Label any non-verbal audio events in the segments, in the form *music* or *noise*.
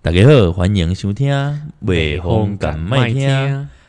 大家好，欢迎收听《北风敢麦听》，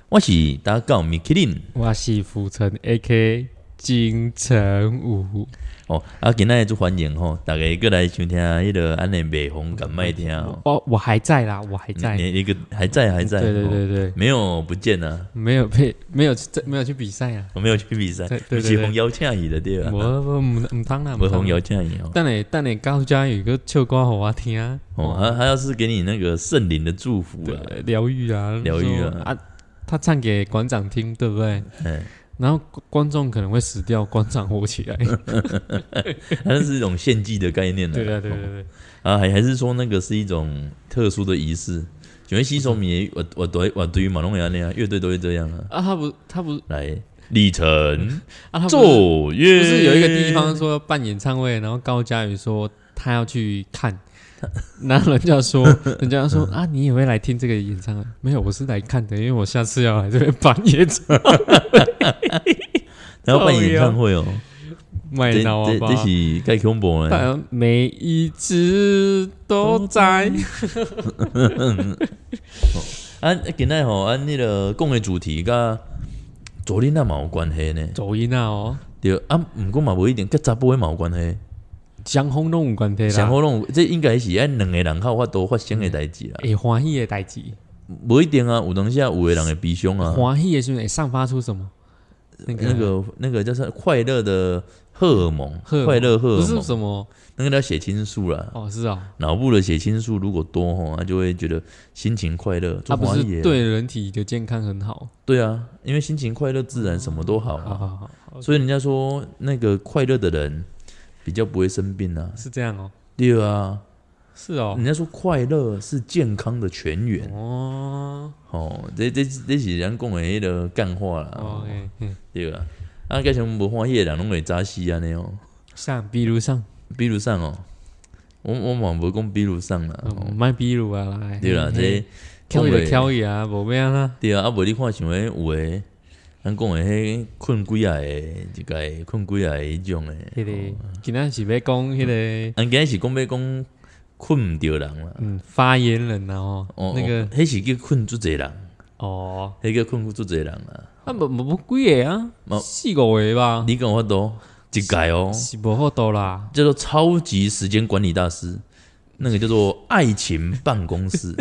我是大狗米克林。我是浮城 A.K. 金城武，哦，啊，今仔日就欢迎吼，大家过来收听迄个安尼北风敢麦听哦。哦，我还在啦，我还在，你一个还在还在，对对哦，对对，没有不见啊，没有被没有去没有去比赛啊，我没有去比赛，对对不对是对红邀请伊的对吧？我我唔唔当啦，不是当红啦。邀请伊哦。等你等你，高家有一个唱歌给我听啊，哦，他他要是给你那个圣灵的祝福啊，对，疗愈啊，疗愈啊说啊，他唱给馆长听，对不对？哎，然后观观众可能会死掉，馆长活起来，它是一种献祭的概念呢。对对对哦对对，啊，还还是说那个是一种特殊的仪式？请问新手嗯迷，我我对我对于马龙也那样，乐队都会这样啊。啊，他不他不来，历程啊，他不是奏乐，不是有一个地方说办演唱会，然后高佳宇说他要去看， *laughs* 然后人家 *laughs* 说，人家说啊，你也会来听这个演唱会？没有，我是来看的，因为我下次要来这边办演唱会，然后办演唱会哦，啊卖这脑好这吧这？是盖 combo 当哎，然每一只都在，啊，今天吼，啊，那个讲的主题跟昨天那嘛有关系呢，走音啊哦，对啊，毋过嘛无一定跟查甫的嘛有关系，相轰拢有关系上啦，好拢有这应该是按两个人口法度发生的代志啦，会欢喜的代志，无一定啊，有当时啊有的人会悲伤啊，欢喜的时候会散发出什么？那个那个那个叫啥快乐的荷尔蒙，荷尔蒙快乐荷不尔是蒙，什么那个叫血清素啦。哦，是啊，脑部的血清素如果多吼，他就会觉得心情快乐，做它啊不花是也对人体的健康很好，对啊，因为心情快乐，自然什么都好好啊。好好，所以人家说那个快乐的人比较不会生病啊。是这样哦。第二啊，是哦人，家说快乐是健康的泉源哦哦，这这这是人讲的迄个干话啦。哦、 ，OK，嗯对啊，啊，该什么不欢喜的人拢会早死安尼哦。像比如上，比如上哦，我我嘛无讲比如上啦。哦嗯卖比如啊来，对啦，这嘿挑讲伊就的挑伊啊，无要啦，对啊，啊无你看像迄有诶，咱讲诶迄困几啊诶，一个困几啊诶迄种诶。迄哦个今仔是要讲迄个俺今日是讲要讲困毋着人啦，嗯发言人啊哦哦，，那个哦迄是叫困足侪人，哦，迄叫困足侪人啦。啊无无无几个啊冇，四五个吧，你讲我多一届哦，是无好 *laughs* 多啦，叫做超级时间管理大师，那个叫做爱情办公 *laughs* 室，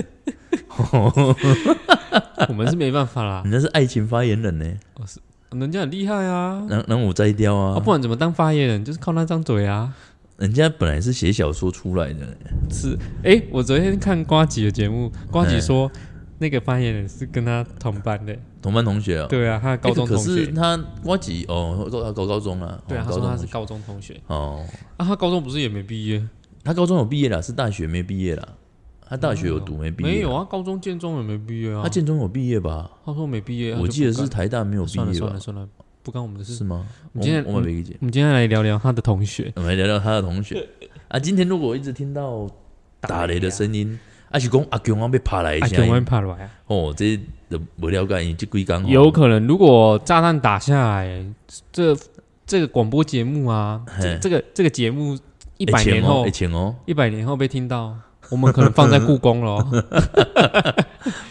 我们是没办法啦，人家是爱情发言人呢、人家很厉害啊，人人有摘雕啊啊，不然怎么当发言人？就是靠那张嘴啊，人家本来是写小说出来的、是，诶，我昨天看瓜吉的节目，瓜吉嘿说那个发言人是跟他同班的，同班同学哦、对啊，他的高中欸可同是学。他我几哦高高高中啊，对啊，哦他高说中他同是学高中同学哦，啊，他高中不是也没毕业？他高中有毕业啦，是大学没毕业啦，他大学有读没毕业？没有啊，高中建中也没毕业啊。他建中有毕业吧？他说没毕业，他我啊就记得不是干台大没有毕算了业算吧了？算了，不干我们的是事。吗？我们今天我我没理解。我们今天来聊聊他的同学，我们来聊聊他的同学嗯啊。今天如果一直听到打雷的声音，啊是讲阿强啊被拍来一阿下琼会怕来啊？哦，这都不了解，因为这几天哦有可能，如果炸弹打下来，这这个广播节目啊，这嘿哎这个这个节目一一百年后一，千哦，一百年后被听到，我们可能放在故宫 *laughs* 了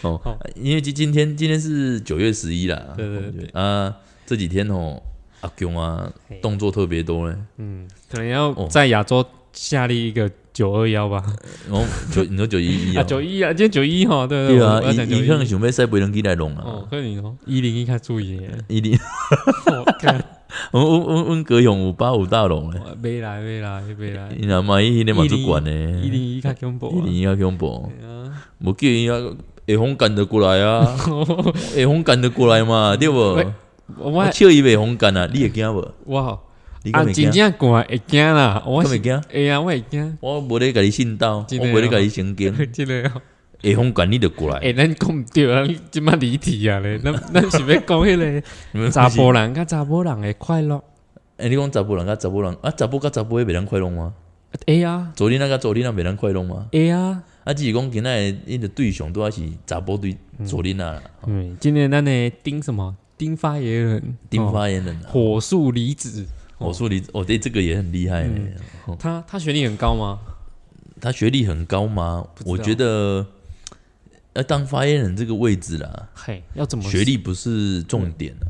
哦。哦，因为今今天今天是九月十一啦，对对对啊，这几天哦，阿强啊嘿动作特别多嘞，嗯，可能要哦在亚洲下立一个九二幺吧？然后九你说九一一啊，九一啊，今天九一哈，对对啊我，要讲伊伊911可能想要塞无人机来弄哦啊，，可以哦，一零一开注意耶，伊哩，我看阮阮阮阮高雄有八五大楼嘞。没来没来没来， *laughs* 伊阿妈伊迄个嘛主管呢，一零一开恐怖一啊，零一较恐怖，无叫伊啊会风干得过来啊，会风干得过来嘛，对无？喂我我笑伊袂风干啊，你会惊无？哇，你敢啊，会真惊？正怪会惊啦，我敢是袂惊？会啊，我会惊， *laughs* 我无咧甲你信道，我真的哦无咧甲你神经，真的哦，会风干你就过来。哎，咱讲毋对啊，你即马离题啊咧，咱咱是要讲迄你 *laughs* 个们查甫人甲查某人的快乐，哎，你讲查甫人甲查甫人啊，查甫甲查甫的袂当快乐吗？会啊昨天那个昨天那袂当快乐吗？会啊，啊，只是讲今仔的伊的对象拄啊是查甫对昨天啊，嗯，今天咱的丁什么丁发言人，丁哦发言人啊。火速离职，我说你，哦，对，这个也很厉害欸。他他学历很高吗？他学历很高吗？知道我觉得要当发言人这个位置啦，嘿，要怎么学历不是重点啊，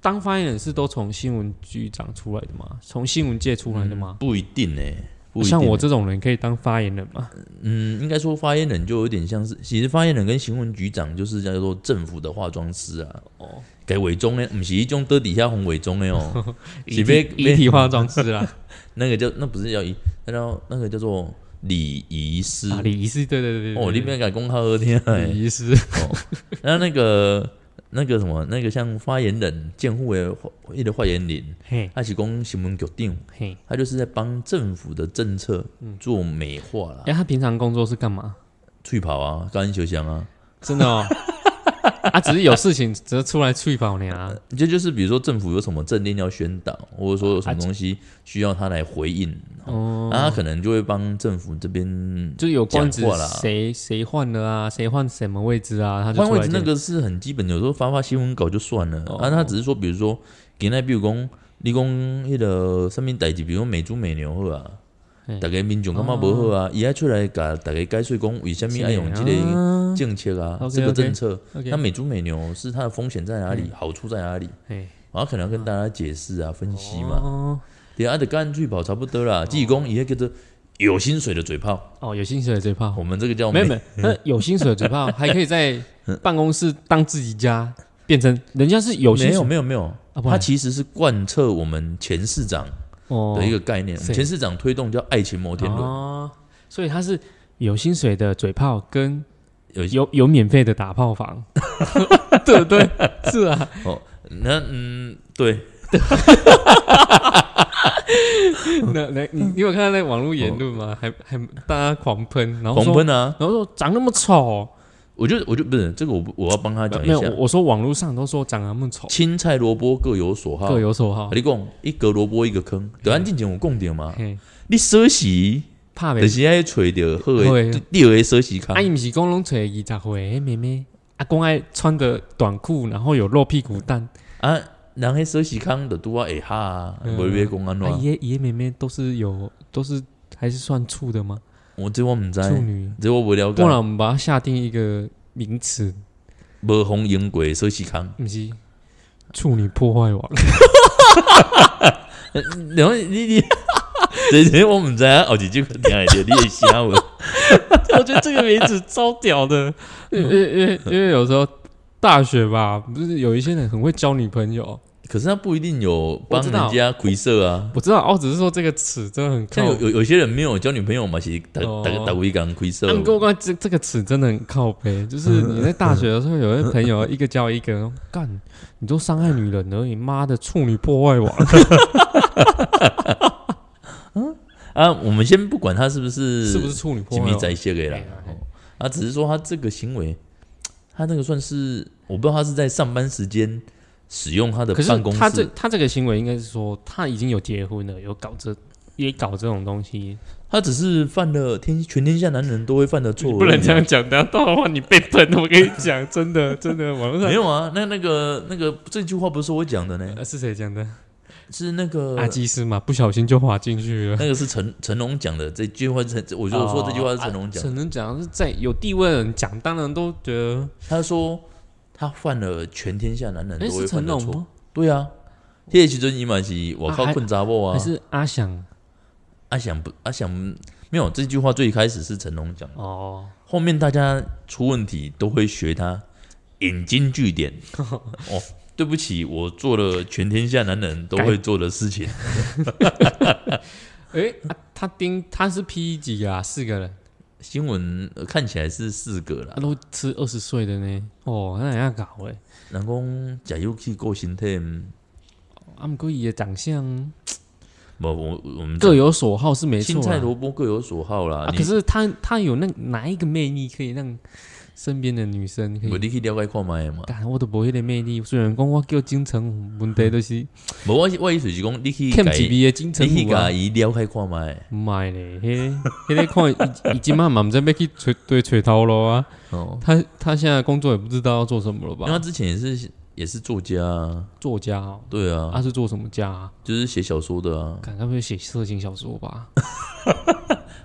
当发言人是都从新闻局长出来的吗？从新闻界出来的吗？不一定呢、嗯不一定像我这种人可以当发言人吗？嗯，应该说发言人就有点像是，其实发言人跟新闻局长就是叫做政府的化妆师啊。哦，给伪装的，不是一种在底下红伪装的 *laughs* 哦，遗是体被遗体化妆师 *laughs* 啊啦，那个叫那不是叫仪，那叫那个叫做礼仪师。啊，礼仪师，对对对对，哦，你对别改公号二天对哎。礼仪师，哦，然后那个那个什么，那个像发言人、监护的一的发言人，嘿他是讲新闻局长，嘿，他就是在帮政府的政策嗯做美化啦哎，，他平常工作是干嘛？去跑啊，高音球箱啊，真的哦， *laughs* 啊，只是有事情只是出来吹跑你啊，这就是比如说政府有什么政令要宣导，或者说有什么东西需要他来回应，啊啊哦，那他可能就会帮政府这边就是有官职讲话啦谁谁换了啊，谁换什么位置啊，他就换出位来置那个是很基本的，有时候发发新闻稿就算了。啊，他只是说，比如说，给那比如讲，你讲迄个上面代志，比如说美猪美牛好啊嘿，大家民众感觉无好啊，伊爱出来甲大家解释讲，为什啊么爱用这个个政策啊， OK，这个 OK 政策。 ，OK，那美猪美牛是它的风险在哪里，好处在哪里？嘿然后可能要跟大家解释啊，分析嘛。哦对啊，就干脆跑差不多啦。济公也叫做有薪水的嘴炮，哦，有薪水的嘴炮我，们这个叫没有美没有，那有薪水的嘴炮还可以在办公室当自己家，变成人家是有薪没有水没有没有，啊，不它然其实是贯彻我们前市长。哦的一个概念。我是们前市长推动叫“爱情摩天轮”，哦，所以他是有薪水的嘴炮跟有一些有有免费的打 *laughs* 炮房，对不对？是啊，那嗯，对， *laughs* 那那你你有看到那网络言论吗？还还大家狂喷，然后哦狂说，奔啊！然后说长那么丑，我就我就不是这个我不，我要帮他讲没一有，下我。我说网络上都说长那么丑，青菜萝卜各有所好各，有所好啊，你讲一格萝卜一个坑，对咱进前有共点嘛？嘿，你舍洗怕没就？是爱找着好对的，第二个舍洗卡啊，。伊毋是讲拢找二十岁的妹妹，啊，讲爱穿的短裤，然后有露屁股蛋，啊，人迄舍洗康的拄啊会哈啊，嗯袂袂讲安啊，怎？伊的伊的妹妹都是有都是还是算处的吗？我这我毋知，处女，这我不了解哎不。然我们把它下定一个名词，无红英鬼舍洗康，毋是处女破坏王，然后你 *laughs* 你，这这我毋知啊，后一集可能听会着你会写我。 *laughs* 我觉得这个名字超屌的， *laughs* 因为因为因为有时候大学吧，不是有一些人很会交女朋友，可是他不一定有帮我知道人家亏色啊。我知道，哦，只是说这个词真的很靠像有有有些人没有交女朋友嘛，其实打哦打打过一个人亏色他。们跟我讲这这个词真的很靠背， *laughs* 就是你在大学的时候，有些朋友一个教一个，干，你都伤害女人而已，妈的处女破坏王，啊，我们先不管他是不 *laughs* 是是不是处女破吉坏米王？在谢给啦嘿啊嘿，哦啊，只是说他这个行为，他那个算是我不知道他是在上班时间使用他的可办公是他这室，他这个行为应该是说他已经有结婚了，有搞这也搞这种东西，他只是犯了天全天下男人都会犯的错，不能这样。讲，等下到的话你被喷，我跟你讲，真的 *laughs* 真的，网络没上有啊，那那个那个这句话不是我讲的呢，呃是谁讲的？是那 *laughs* 个阿基斯嘛，不小心就滑进去了。那个是成成龙讲的，这句话是成，我就说这句话是成龙讲的。啊成龙讲是在有地位的人讲，当然都觉得他说他犯了全天下男人那都是会成犯的龙错吗。？对啊，迄个时阵伊嘛是我靠啊还困查某还啊，是阿翔？阿翔不阿翔没有这句话最开始是成龙讲的，哦，后面大家出问题都会学他引经据 *laughs* 典。哦，对不起，我做了全天下男人都会做的事情。诶，啊他盯他是 P 几个啊？四个人，新闻、呃看起来是四个啦他，都吃二十岁的呢。哦，那也要搞诶。人讲假游去够心态，啊，不过伊的长相不，我我们各有所好是没错嗯青啊，菜萝卜各有所好啦。啊。你可是他他有那哪一个魅力可以让身边的女生可我以？你去了解看卖嘛？但我都无迄个魅力，虽然讲我叫金城武，问题就是无，我是我意思是讲，你去欠甲几伊，笔的金城你去武啊甲。伊了解看卖。唔系咧， *laughs* 迄迄个看伊伊即嘛嘛毋知要去找对找头路啊。哦，他他现在工作也不知道要做什么了因为他吧？之前也是也是作家啊，作家哦，对啊，他是做什么家啊？就是写小说的啊。看该不会写色情小说吧？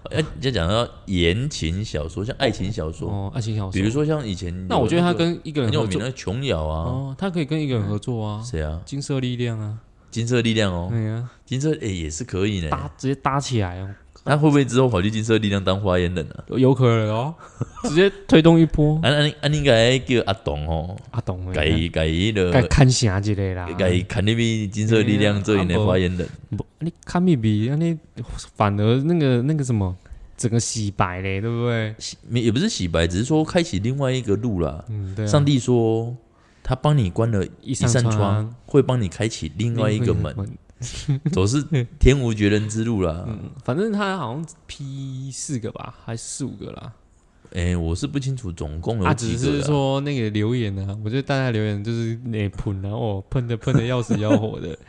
呃，就讲到言情小说，像爱情小说，哦，爱情小说。比如，说像以前有那我觉得他那个跟一个人很有合名作，的琼瑶啊，哦，他可以跟一个人合作啊，谁啊？金色力量啊，金色力量哦，对啊，金色诶也是可以呢。搭直接搭起来哦，他会不会之后跑去金色力量当发言人啊？有可 *laughs* 能哦，直接推动一波。安安安应该叫阿董哦，啊，懂了，改改该的看啥之类啦，改看那边金色力量这里的发言人，不你看咪比，那你反而那个那个什么，整个洗白嘞，对不对？没也不是洗白，只是说开启另外一个路啦。嗯，对啊、上帝说他帮你关了一一扇扇窗，窗，会帮你开启另外一个门，总是天无绝人之路啦。 *laughs* 嗯，反正他好像 P 四个吧，还是四五个啦。哎、我是不清楚总共有啊，几只个是啦、说那个留言啊，我觉得大家留言就是那喷啊，哦，喷的喷的要死要活的。 *laughs*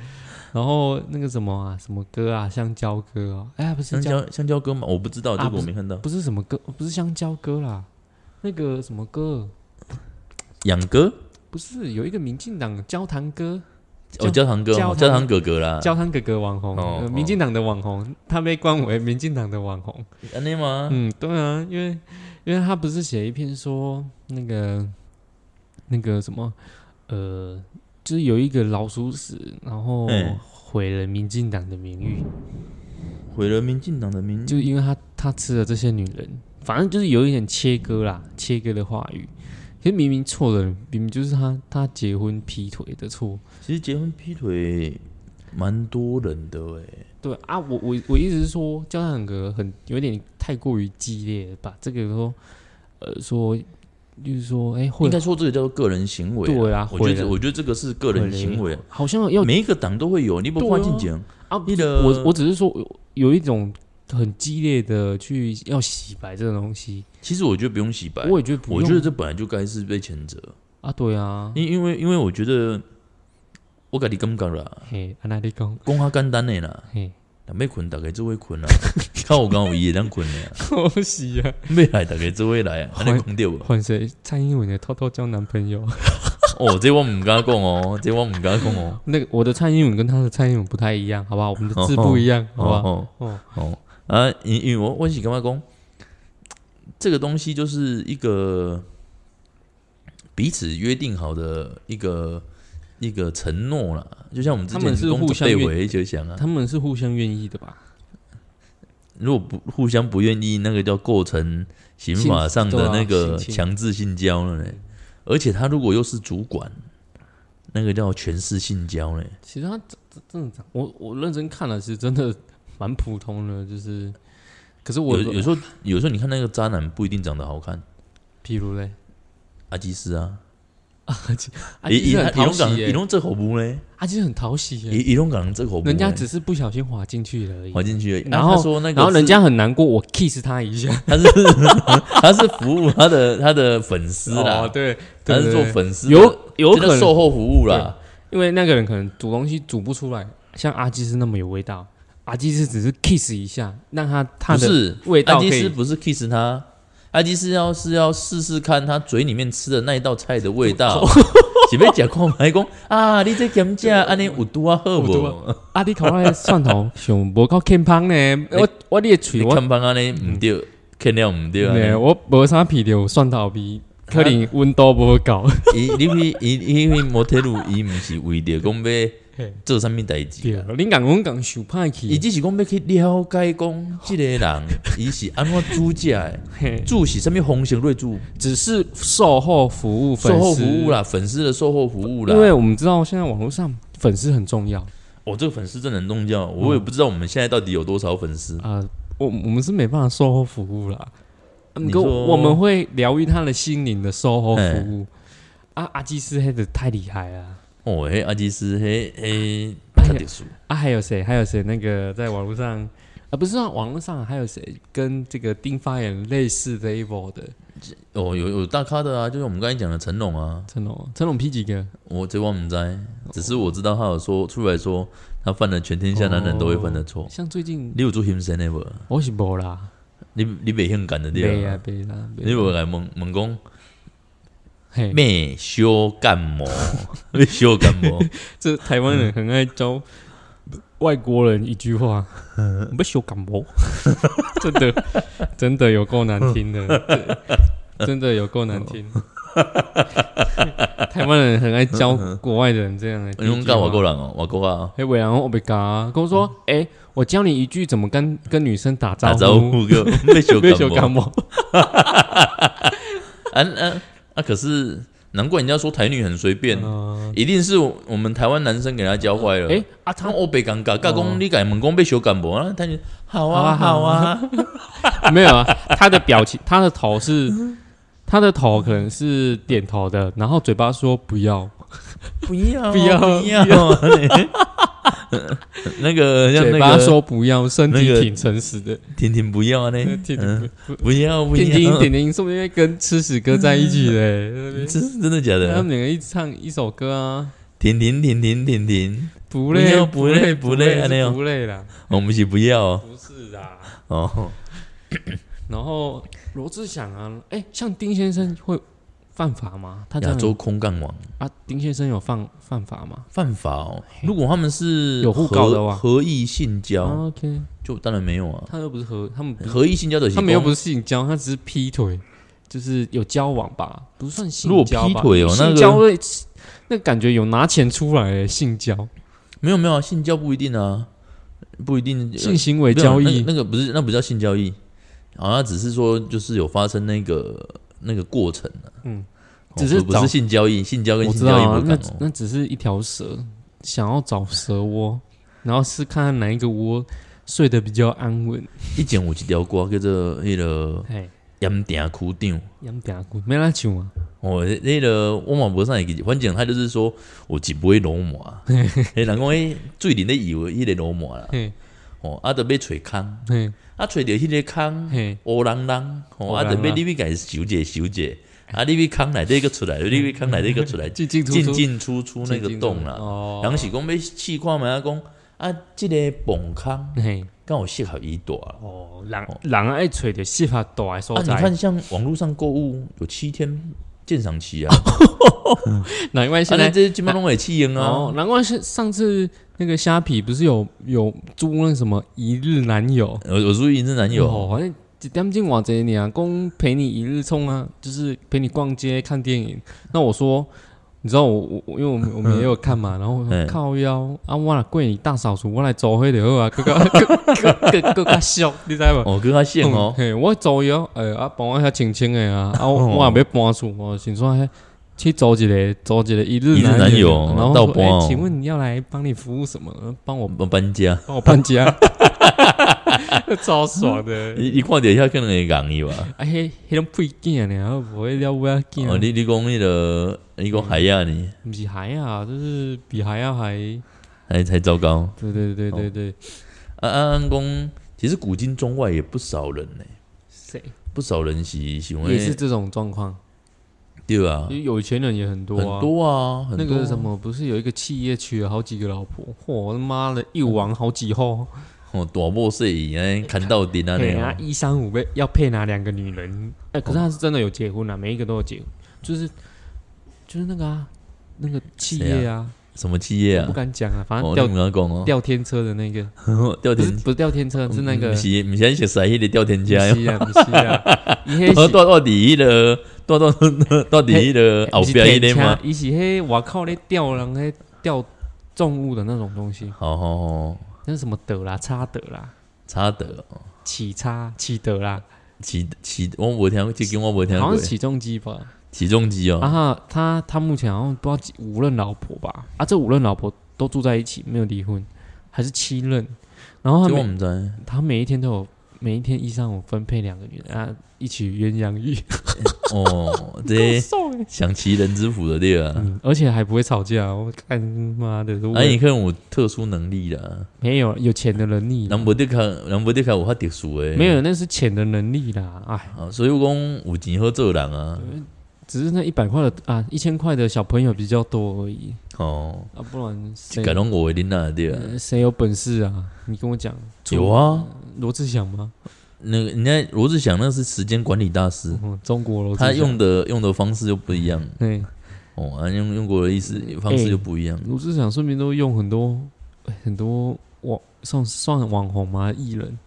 然后那个什么啊，什么歌啊，香蕉歌啊，哎呀，不是香蕉，蕉香蕉哥嘛，我不知道，啊这个不我是没看到。不是什么歌，不是香蕉歌啦，那个什么歌，养哥不是有一个民进党焦糖哥，哦，焦糖哥哦，焦糖焦糖哥哥啦，焦糖哥哥网红，哦呃哦民进党的网红，他被冠为民进党的网红。安内 *laughs* 吗？嗯，对啊，因为因为他不是写一篇说那个那个什么呃，就是有一个老鼠屎，然后嗯毁了民进党的名誉，毁了民进党的名，就是因为他他吃了这些女人，反正就是有一点切割啦，切割的话语。其实明明错的人，明明就是他，他结婚劈腿的错。其实结婚劈腿蛮多人的哎、对啊，我我我意思是说，交响格很有点太过于激烈了，把这个说，呃，说就是说，哎、会应该说这个叫做个人行为、对啊我觉毁得了我觉得这个是个人行为、啊好像要每一个党都会有，你不换进讲啊，你的我我只是说有有一种很激烈的去要洗白这种东西，其实我觉得不用洗白，我也觉得不我用觉得这本来就该是被谴责，啊，对啊，因因为因为我觉得我跟你感觉啦，嘿，安娜利讲，讲较简单的啦， *laughs* 嘿，人要困，大家做伙困 *laughs* 啊，靠我讲有伊会当困的啊，好洗啊，要来大家做伙来啊，安尼讲对无？换谁？蔡英文也偷偷交男朋友， *laughs* 哦，这我毋敢讲哦，这我毋敢讲哦。那个我的蔡英文跟他的蔡英文不太一样，好不好？我们的字不一样，好不好？哦哦，哦啊，因因为我我是感觉讲，这个东西就是一个彼此约定好的一个一个承诺啦，就像我们之他前们是互相被约围就想啊，他们是互相愿意的吧？如果不互相不愿意，那个叫构成刑法上性的那对个啊性侵强制性交了呢。而且他如果又是主管，那个叫权势性交呢。其实他真真真的长，我我认真看了，其实真的蛮普通的，就是，可是我有有时候有时候你看那个渣男不一定长得好看，譬如嘞，阿基斯啊，阿伊基伊啊是很伊讨拢讲喜伊耶，拢做口部呢，阿基是很讨喜伊耶，伊拢讲做口部呢，人家只是不小心滑进去了而已滑，进去而已，然啊后他说那个，然后人家很难过，我 kiss 他一下， *laughs* 他是他是服务他的他的粉丝哦啦，对，他是对对做对粉丝的，有有这叫可售能，后服务啦，因为那个人可能煮东西煮不出来，像阿基斯那么有味道，阿基斯只是 kiss 一下，让他他不的是味道阿可基斯以。不是 kiss 他，阿基斯要是要试试看他嘴里面吃的那一道菜的味哦道， *laughs* 是被假矿来讲啊，你这咸食安尼有多啊好有拄无？阿弟头那蒜头想无够健康呢，我我你的 *laughs* 嘴你我嗯看帮安尼唔对，肯定唔对对，啊！我无啥皮条，蒜头皮，可 *laughs* 能温度无够。伊你去伊伊去摩天路，伊毋是为着讲要嘿做啥物代志对啊，，恁讲阮讲想歹伊去，只是讲要去了解讲即个人，伊是安怎煮食的，嘿煮是啥物方式来煮，只是售后服务，售后服务。啦，粉丝的售后服务啦。因为我们知道现在网络上粉丝很重要我、哦这个粉丝真的很动教，我也嗯不知道我们现在到底有多少粉丝。啊、呃我我们是没办法售后服务啦，嗯你跟说我我们会疗愈他的心灵的售后服务。啊，阿基斯黑的太厉害啊了。哦，嘿，阿基斯，嘿，嘿，哎呀他特殊，啊，还有谁？还有谁？那个在网络上啊，不是啊，网络上还有谁跟这个丁发言类似 level 的？哦，有有大咖的啊，就是我们刚才讲的成龙啊，成龙，成龙 P 几个？我这我不知，只是我知道他有说出来说，他犯了全天下男人都会犯的错。像最近你有做 himself never？我是无啦，你你袂勇敢的对没啊啊？没啦，没你啦有来问问讲嘿，咩 *laughs* 修干么？咩修干么？这台湾人很爱教外国人一句话， *laughs* 你不修感 *laughs* 冒，真的真的有够难听的， *laughs* 对真的有够难听。台湾人很爱教国外的人这样的、你用干瓦够人哦，瓦够 *laughs* 啊，哎，伟然后我被嘎跟我说，哎、我教你一句怎么跟跟女生打招打呼，招呼 *laughs* 个没 *laughs* 修被修感干冒。啊啊啊！可是难怪人家说台女很随便，嗯一定是我我们台湾男生给他教坏了。哎、啊，他他欧北尴尬，尬公你改门公被修感冒啊，他就好啊好好啊啊，没有啊，他的表情，他的头是，他的头可能是点头的，然后嘴巴说不要，不要 *laughs* 不要不要， *laughs* *laughs* 那个像嘴那巴个说不要，身体那个挺诚实的，婷婷不要呢那， *laughs* 婷嗯婷不要不婷婷要，婷婷说不定会跟吃屎哥在一起嘞，在那边这是真的假他的们？两个一起唱一首歌啊，婷婷婷婷婷婷，不不累要不累不不累是这样不累啦，我们哦是不要哦不是啊。哦，然后罗志祥啊，哎，像丁先生会犯法吗？他这亚样洲空干王。啊，丁先生有犯犯法吗犯法哦。如果他们是有互告的话合合意性交、啊？OK，就当然没有啊。他又不是和他们不是合意性交的，他们又不是是性交，他只是劈腿，就是有交往吧，不算性如果交吧。劈腿哦那性个交会那感觉有拿钱出来欸耶性交、没有没有啊，性交不一定啊，不一定性行呃为交没有那易个，那个不是那不叫性交易，好像只是说就是有发生那个那个过程啊。嗯哦，只是不不找是性交易，性交跟我性知交道易啊不，那敢只哦。那只是一条蛇，想要找蛇窝，然后是看看哪一个窝睡得比较安稳。以前有一条歌叫做迄个哎，盐埕苦长。养嗲姑没啦唱啊，哦，那个我嘛不上会记，反正他就是说有一尾老 *laughs* 马，诶，人讲哎诶，最近咧以为迄个老马啦，嘿哦，啊，得要找空，嘿啊，找着迄个空，嘿，乌人人，哦，啊，黑得人人要你去家收者收者，啊，你去空内底个出来，你去空内底个出来， *laughs* 进进出进出进出出那个进进出洞啊出啦。哦，人是讲要试看觅啊，讲啊，即个泵空嘿敢有适合伊住啊。哦，人人爱找着适合大的所啊，你在，看像网络上购物有七天鉴赏期啊，难怪现哦现在在这基本拢会弃用啊哦，。难怪是上次那个虾皮不是有有租那什么一日男友？我我注意这男友，哦，反正一点钟偌济你啊，公陪你一日冲啊，就是陪你逛街看电影。那我说，你知道我我我因为我们我们也有看嘛，然后我说嗯靠腰啊，我来跪你大扫除，我来做黑就好啊，更加更更更加俗，你知无？哦，跟他姓哦哦嗯，嘿，我做伊哦，哎啊，帮我遐清清的 *laughs* 啊，啊，我我也要搬厝，我想说嘿去租一个租一个一日一日男友然后到说搬哎哦请问你要来帮你服务什么？帮我我搬家，帮我搬家， *laughs* 超爽 *laughs* 的。你你看底下可能会讲伊吧。啊，迄迄种配件呢，啊不会了不要紧哦，，你你讲迄个，你讲海亚呢，不是海啊，就是比海啊还，还才糟糕。对对对对对，啊啊，安公，其实古今中外也不少人呢，谁不少人喜喜欢也是这种状况，对啊因，为有钱人也很多很啊。多啊，很那多个什么，不是有一个企业娶了好几个老婆，嚯，我他妈的一王好几后，哦，大漠睡衣哎，看到顶啊对那啊，样。一三五被要配哪两个女人？哎、可是他是真的有结婚啊，每一个都有结婚，就是就是那个啊，那个企业啊，什么企业我不啊？敢讲啊，反正哦，吊、你们要讲哦，吊天车的那个，吊不是天，不是吊天车，是那个不是不是写啥？迄个吊天家哟，不嗯是啊，不是 *laughs* 啊，伊迄到是到底迄个，到到到底迄个后边迄个吗？伊是迄外口咧吊人咧吊重物的那种东西，好好好，那是什么德啦、叉德啦、哦差得。起叉、起德啦，起起，我无听，这跟我无听好过像是。起重机吧？起重机哦，啊，他他目前好像不知道几五任老婆吧？啊，这五任老婆都住在一起，没有离婚，还是七任。然后这他我每们在他每一天都有，每一天一上午分配两个女人啊，一起鸳鸯 *laughs* 浴，哦， *laughs* 这送欸享其人之福的对啊。嗯，而且还不会吵架，我看妈的，如果啊，你看我特殊能力啦，没有有钱的能力啦，人无得卡，人无得卡，有法特殊诶。没有，那是钱的能力啦。哎，啊，所以我讲有钱好做人啊。只是那一百块的啊，一千块的小朋友比较多而已哦，啊，不然就谁改拢我的恁啊对啊。呃谁有本事啊？你跟我讲，有啊，罗志祥吗？那个人家罗志祥那是时间管理大师，嗯，中国罗志他祥用的用的方式又不一样对哎哦，啊用用过的意思方式又不一样。罗志祥，顺便都用很多很多网算算网红吗？艺人？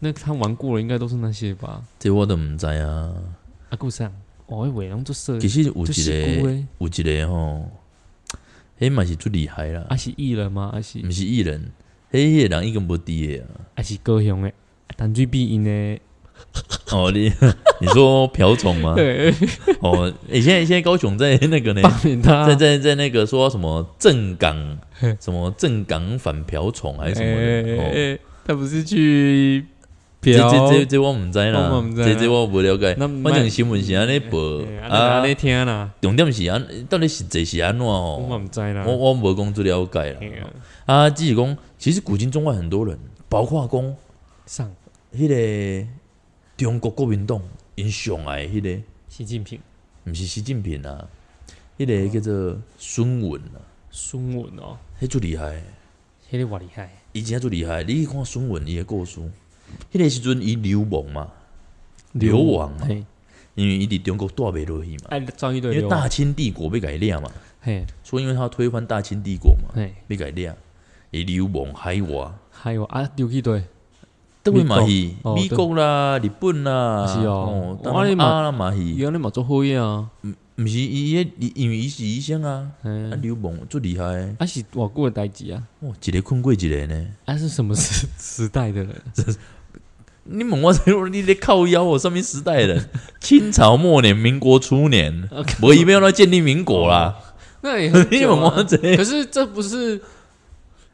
那他玩过的应该都是那些吧？这我都唔知啊。啊，故事啊，哦，伟龙做设其计，实有一做事故个诶，有一个吼，迄嘛是最厉害啦啊，是艺人吗？啊是毋是艺人，迄个人已经无伫诶啊。啊是高雄啊诶，单最必因诶，哦，你 *laughs* 你说朴总吗？ *laughs* 对，哦，诶、现在现在高雄在那 *laughs* 个呢，罢免他 *laughs* 在，在在那个说什么正港什么正港反朴宠还是什么的。哎哦哎哎他不是去这嫖哎这这这我唔知我啦嘛不，知啦这这我无了解。那反正新闻是安尼报哎啊啊那，天啦，重点是安到底是这是安怎我哦？嘛唔知啦，我我无讲最了解哎呀啦。啊，只是讲其实古今中外很多人，包括讲上迄个中国国民党因上来迄、个，习近平、毋是习近平啊，迄、个叫做孙文啊，孙文哦，迄最厉害的，迄个我厉害，以前最厉害的。你去看孙文伊的故事，迄、个时阵伊流亡嘛，流亡嘛，嘿，因为伊伫中国住袂落去嘛，哎，装一因堆为流大氓，清帝国被改掠嘛，嘿，所以因为他要推翻大清帝国嘛，嘿，被改掠，伊流亡海外。还有啊，丢一堆，德位嘛是哦美国啦、日本啦，是哦当我咧然嘛啊啦嘛是，原来嘛做好业啊，毋是伊迄伊因为伊是医生啊，嗯啊，刘梦最厉害的，啊是我过的代志啊，哇，一个困过一个呢。啊是什么时 *laughs* 时代的人？你问我这个，你咧靠腰哦，上面时代人，清朝末年、民国初年，我一边要建立民国啦。那 *laughs* 也很你久问啊我这个，可是这不是，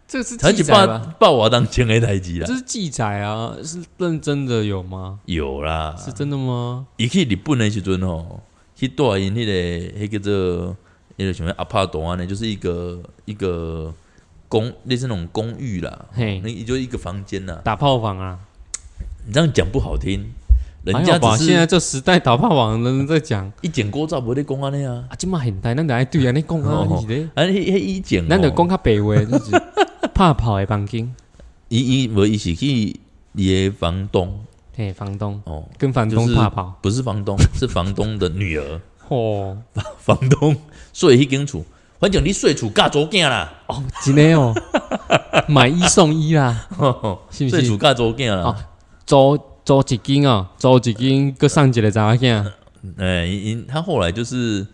这是才记是载把吧？把我当前的代志啦这。是记载啊，是认真的有吗？有啦，是真的吗？伊去日本的时阵吼，去带因迄个迄个做迄个什么阿帕多安呢，就是一个一个公类似那种公寓啦，嘿那，也就一个房间啦。打炮房啊，你这样讲不好听，人还家好哎吧？只现在是这时代打炮房的人在讲一剪锅照不会讲安尼啊，啊，这么现代，咱就爱对啊，你讲啊，哦你是咧，啊迄迄一剪哦，咱就讲较白话，就是 *laughs* 怕跑的房间，伊伊无伊是去伊的房东嘿，房东哦，跟房就东是怕跑，不是房东， *laughs* 是房东的女儿， *laughs* 哦，房东所以迄间厝，反正你睡厝嫁租囝啦，哦，真的哦，买一送一啦， *laughs* 是不睡是厝？嫁租囝啦哦。租租一间哦，租一间，搁送一个查某囝，哎，因因他后来就是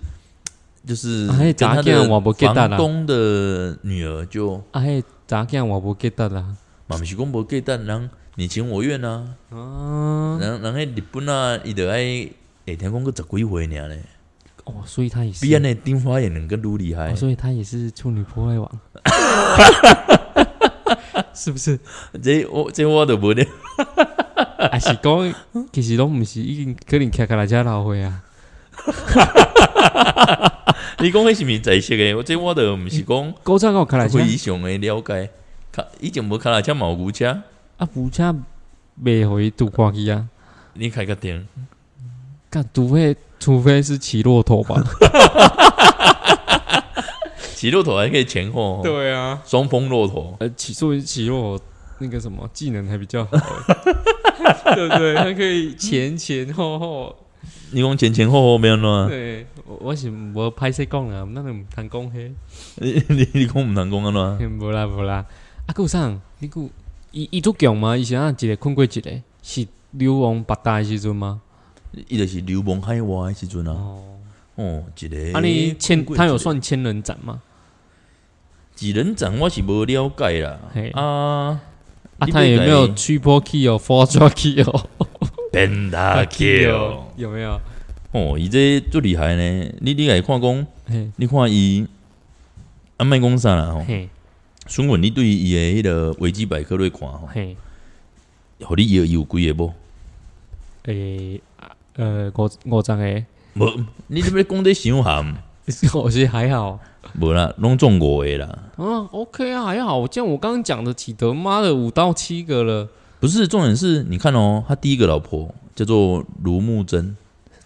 就是啊那个跟查他囝我的没记得啦房东的女儿就啊，迄查某囝我无记得啦，嘛不是讲无忌惮，人你情我愿啊，啊，人人迄日本啊，伊就爱会听讲个十几岁尔咧，哦，所以他也是比，安尼丁花也能更愈厉害哦，，所以他也是处女破坏王， *laughs* 是不是？这我这我都无咧， *laughs* 啊，是讲其实拢毋是已经可能徛开来遮老岁啊，你讲迄是毋是在色诶，我这我都毋是讲古早有开来遮会以上诶了解，卡以前无卡拉车嘛有牛车，啊，牛车袂互伊拄过去啊，你开个灯，干除非除非是骑骆驼 *laughs* 吧？骑骆驼还可以前后哦，对啊，双峰骆驼，呃，骑作为骑骆驼那个什么技能还 *laughs* 比较好欸，对不对？他可以前前后后。你讲前前后后没有呢？对，我我是无歹势讲啦，咱就毋通讲迄，你 *laughs* 你你讲毋通讲安怎？嘿无啦无啦。啊，佮有啥？你佮有伊伊足强吗？伊是安一个困过一个，是流亡八大的时阵吗？伊就是流亡海外诶时阵啊，哦，哦，一个啊你千过一个他有算千人斩吗？几人斩，我是无了解啦嘿，啊。啊，你他要有没有改 *laughs* triple kill、four triple kill、 Ben d a Kill，有没有？哦，伊这最厉害呢。你你来看讲，嘿，你看伊，啊，莫讲啥啦吼。嘿，孙文，你对伊的迄个维基百科来看吼，嘿，互你伊有几个无？诶，啊呃，五五十个， *laughs* 无，你这边讲这想含，我觉得还好。 *laughs* 无啦，拢中五个啦。嗯，OK 啊，还好。这样我刚刚讲的几得妈的五到七个了，不是，重点是你看哦，他第一个老婆叫做卢慕贞，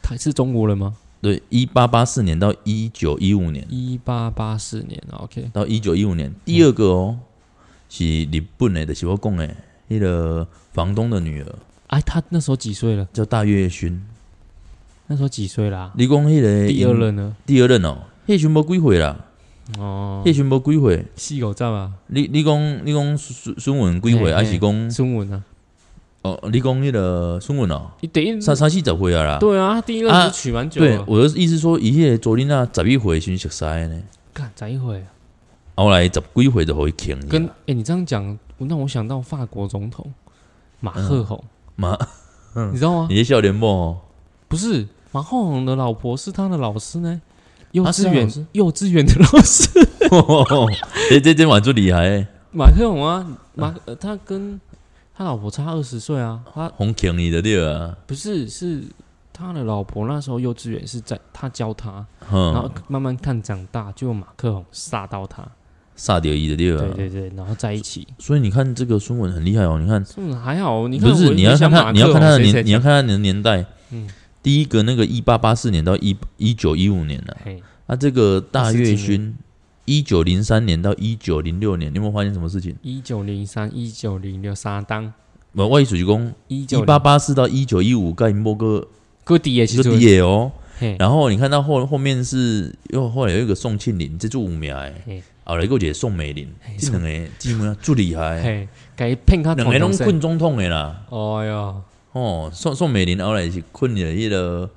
他是中国人吗？对，一八八四年到一九一五年，一八八四年啊，OK，到一九一五年。第二个哦，是日本的，就是我讲的，迄、个房东的女儿哎、他那时候几岁了？叫大月薰。那时候几岁啦、啊你讲迄个第二任呢？第二任哦，迄阵无几岁啦，哦，叶群博几岁？四狗照啊，你你讲你讲孙孙文几岁？嘿还是讲孙文啊，哦？你讲那个孙文哦，你第一三三四十岁啊啦。对啊，他第一任啊是娶蛮久对了，，我的意思说，伊迄个昨天啊十一岁的时阵熟识的呢，干咋一回？啊后来十几岁就互伊坑跟哎、你这样讲，我让我想到法国总统马赫宏，马，你知道吗？你的笑脸哦， *laughs* 不是马赫宏的老婆是他的老师呢，幼啊是稚他园、老师幼稚园的老师这这这蛮足厉害的，马克宏嗯啊，马、呃、他跟他老婆差二十岁啊，他红坑你的对啊，不是是他的老婆那时候幼稚园是在他教他，然哼，后慢慢看长大，就马克宏杀到他，杀掉伊的对对啊。对对，然后在一起，所以你看这个孙文很厉害哦，你看嗯还好，你看不是我你要一看想他马你要克看他的宏年谁谁你要看他的年代，嗯第一个那个一八八四年到一一九一五年呢、啊，嘿啊这个大二十跃几勋一九零三年到一九零六年，你有没有发现什么事情？一九零三、一九零六沙当，我外属于讲一九一八八四到一九一五，盖莫哥个底也是是个底，也哦。嘿，然后你看到后后面是又后来有一个宋庆龄，这做五名哎嘿，后来又一个宋美龄，这两个姊妹最厉害，嘿，给骗他两个拢同困总统的啦。哦哟，哦，宋宋美龄后来是困了一个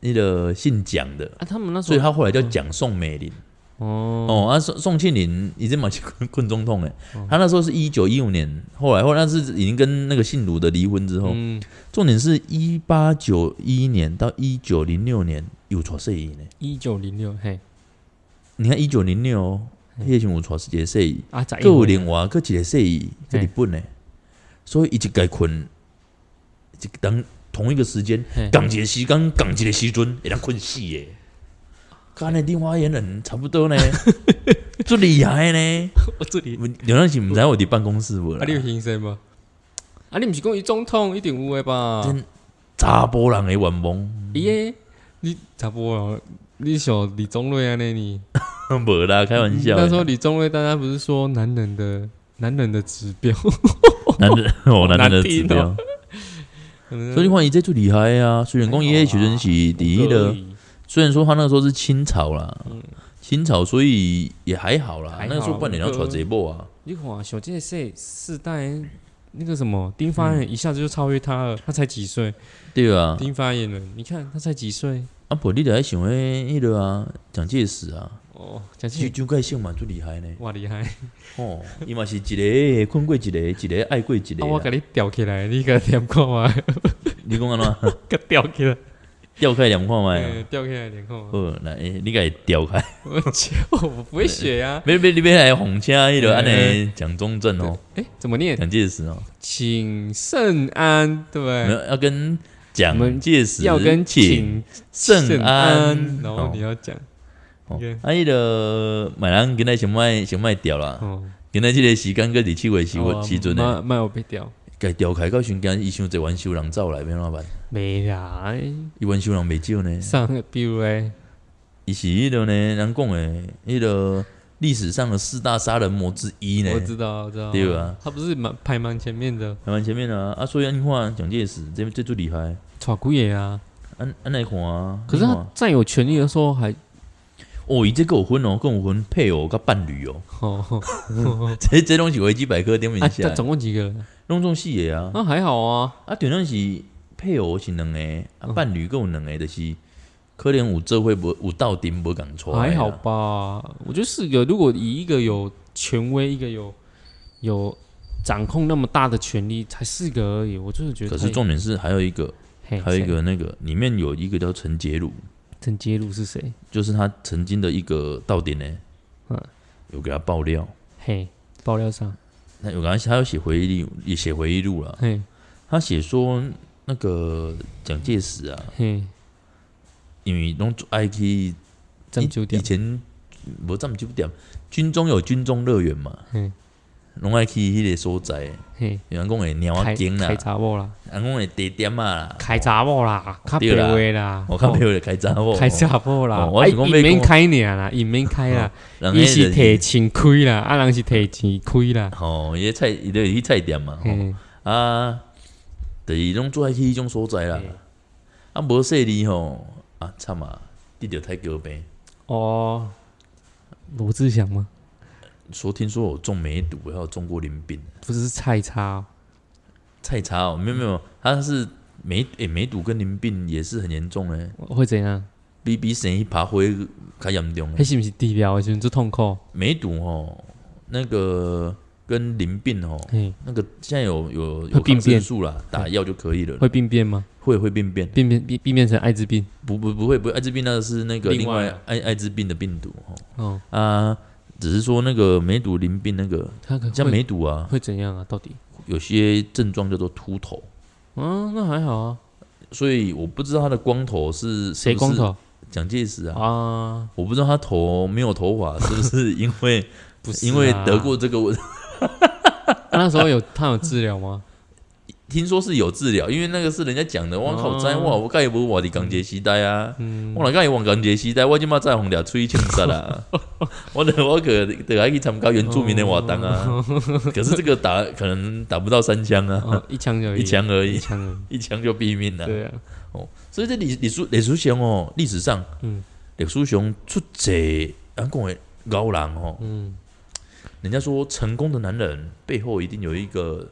一个姓蒋的，啊，他们那时所以候他后来叫蒋宋美龄。哦，哦，啊宋宋庆龄已经嘛去困困总统哎，他那时候是一九一五年，后来后来那是已经跟那个姓卢的离婚之后，嗯，重点是一八九一年到一九零六年有娶细姨呢。一九零六，嘿，你看一九零六，迄个时阵有娶一个细姨，啊，仔还有另外搁一个细姨在嘿日本呢，所以伊一概困，一当同一个时间， *laughs* 嘿同一个时间，同一个时阵，会当困死耶。跟那另外一个人差不多 *laughs* 呢，最厉害呢。我这里有那时毋知道我伫办公室无啊，啦你，有听声吗？啊，你不是讲伊总统一定有诶吧？真查甫人的愿望 *laughs* 耶，你差不多了，你想李宗瑞安尼你？无啦，开玩笑的。那时候李宗瑞大家不是说男人的男人的指标， *laughs* 男人，我男人的指难听标哦。所所以你看，伊这最厉害啊！虽然讲伊迄时阵是伫迄的个，虽然说他那个时候是清朝啦，清朝所以也还好啦。嗯还好那个时候半年要娶这一波啊，你看小这世世代那个什么丁发言一下子就超越他了，他才几岁？对啊。嗯丁发言人，你看他才几岁？啊，不，你得还想迄迄个啊，蒋介石啊，哦，蒋就介石就介姓嘛最厉害呢。哇厉害！哦，伊嘛是一个困过一个，一个爱过一个啊，我啊。给你吊起来，你给念看嘛， *laughs* 你讲安怎给吊起来，调开两看麦嗯啊？吊起来念看嘛。好，来，欸你该调开。 *laughs* *laughs* 我切，我不会写啊。别别，你别来哄请迄个安尼嗯蒋中正哦，哎，怎么念？蒋介石哦。请圣安，对不没对？有要跟蒋介石要跟请请圣安，然后你要讲哦应啊，伊就买人今仔先卖先卖掉啦，哦，今仔即个时间个伫七月时哦时阵呢，卖卖我被吊，走该调开到瞬间，伊想一元首人走来，要怎么办？没啦。伊元首人袂少呢，上个比如哎，伊是迄个呢，人讲诶，迄个历史上的四大杀人魔之一呢我。知道，我知道，对啊，他不是蛮排蛮前面的，台湾前面啊，啊，所以啊你看蒋介石这这最厉害，耍鬼也啊。安安来看啊。可是你他看占有权利的时候还哦，伊这个有分哦，跟有分配偶甲伴侣哦， *laughs* 哦，这这东西维基百科点名啊，下他，总共几个人？拢总四个啊。那还好啊，啊，重点是配偶是两个，嗯啊，伴侣还有两个，就是可能有做伙无有斗阵无共啊错。还好，吧。我觉得四个，如果以一个有权威，一个有有掌控那么大的权力，才四个而已，我真的觉得可太。是重点是还有一个，嘿还有一谁个那个里面有一个叫陈洁如，陈杰鲁是谁？就是他曾经的一个到底呢，嗯有给他爆料，嘿，爆料上，那有给他他有写回忆录，也写回忆录了。嘿他写说那个蒋介石啊，嘿，因为拢爱去占九以点，前无占酒店，军中有军中乐园嘛嗯，拢爱去迄个所在。嘿，有人讲会猫仔开经啦开，查某啦，人讲会地点啊啦，开查某啦，较哦对白啦话啦，我看哦朋友就开查某，开查某啦哦，我啊是讲要伊讲免开尔啦，伊免开啦，人伊迄就是摕钱开啦，啊人是摕钱开啦，吼，伊个菜伊就是去菜店嘛，吼嘿，啊，就是拢做爱去迄种所在啦嘿，啊无说你吼，啊惨啊，得着太高病，哦，罗志祥吗？说听说我中梅毒，还有中过淋病，不是菜叉哦、菜差哦，没有没有，他是梅诶、梅毒跟淋病也是很严重嘞，会怎样？比比神一爬灰较严重那嘞。是不是治疗的时候最痛苦？梅毒哦，那个跟淋病哦，嘿，那个现在有有会有病抗生变素啦，打药就可以了，会病变吗？会会病变，病变病病变成艾滋病？不不不会不会，艾滋病那是那个另另外外艾艾滋病的病毒哦哦，啊，只是说那个梅毒淋病那个他可像会梅毒啊，会怎样啊？到底？有些症状叫做秃头，嗯，那还好啊。所以我不知道他的光头是谁光？是不是头蒋介石啊，啊？我不知道他头没有头发是不是因为 *laughs* 不是啊，因为得过这个，我啊那时候有他有治疗吗？听说是有治疗，因为那个是人家讲的，我靠灾嗯哇，我盖也不我的港杰西带啊，我哪盖也往港杰西带，我今嘛在红俩吹庆杀 *laughs* 啦，我得我可得还去参加原住民的活动 *laughs* 啊，可是这个打可能打不到三枪啊，哦，一枪而已，一枪而一已，枪而 *laughs* 已。一枪就毙命了。对啊，所以这李李叔李叔雄哦，历史上，嗯李叔雄出这咱讲的高人哦，嗯，人家说成功的男人背后一定有一个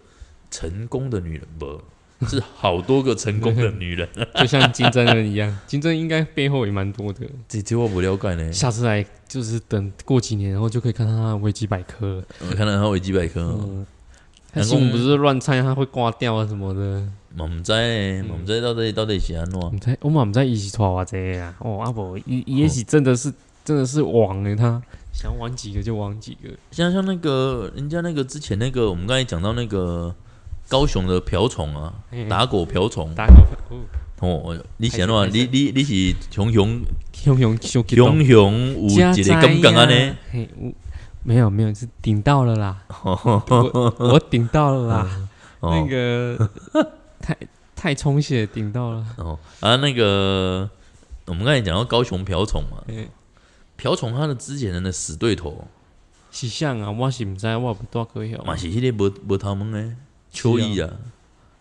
成功的女人不？是好多个成功的女 *laughs* 人，就像金正恩一样， *laughs* 金正恩应该背后也蛮多的。这这我不了解呢。下次来就是等过几年然后就可以看到他的维基百科了。我看到他维基百科哦，嗯，他新闻不是乱猜他会挂掉啊什么的。我们在我们在到底到底是安怎样？你猜，我嘛不知道伊是拖偌济啊？哦，阿伯，伊伊也是真的是真的是网诶，他想玩几个就玩几个。像像那个人家那个之前那个，我们刚才讲到那个高雄的瓢虫啊，嘿打狗瓢虫嗯打好，哦哦，你想还话，是还你是你你是熊熊熊熊熊激动，熊熊有一个感觉安 *laughs* 尼，嘿，有没有没有，是顶到了啦，我我顶到了啦，那哦个太太充血顶到了，哦啊，那个我们刚才讲到高雄瓢虫嘛，嘿哦瓢虫它的之前人的死对头是像啊，我是不知道我不多可以嘛是迄个无无头毛的秋意啊，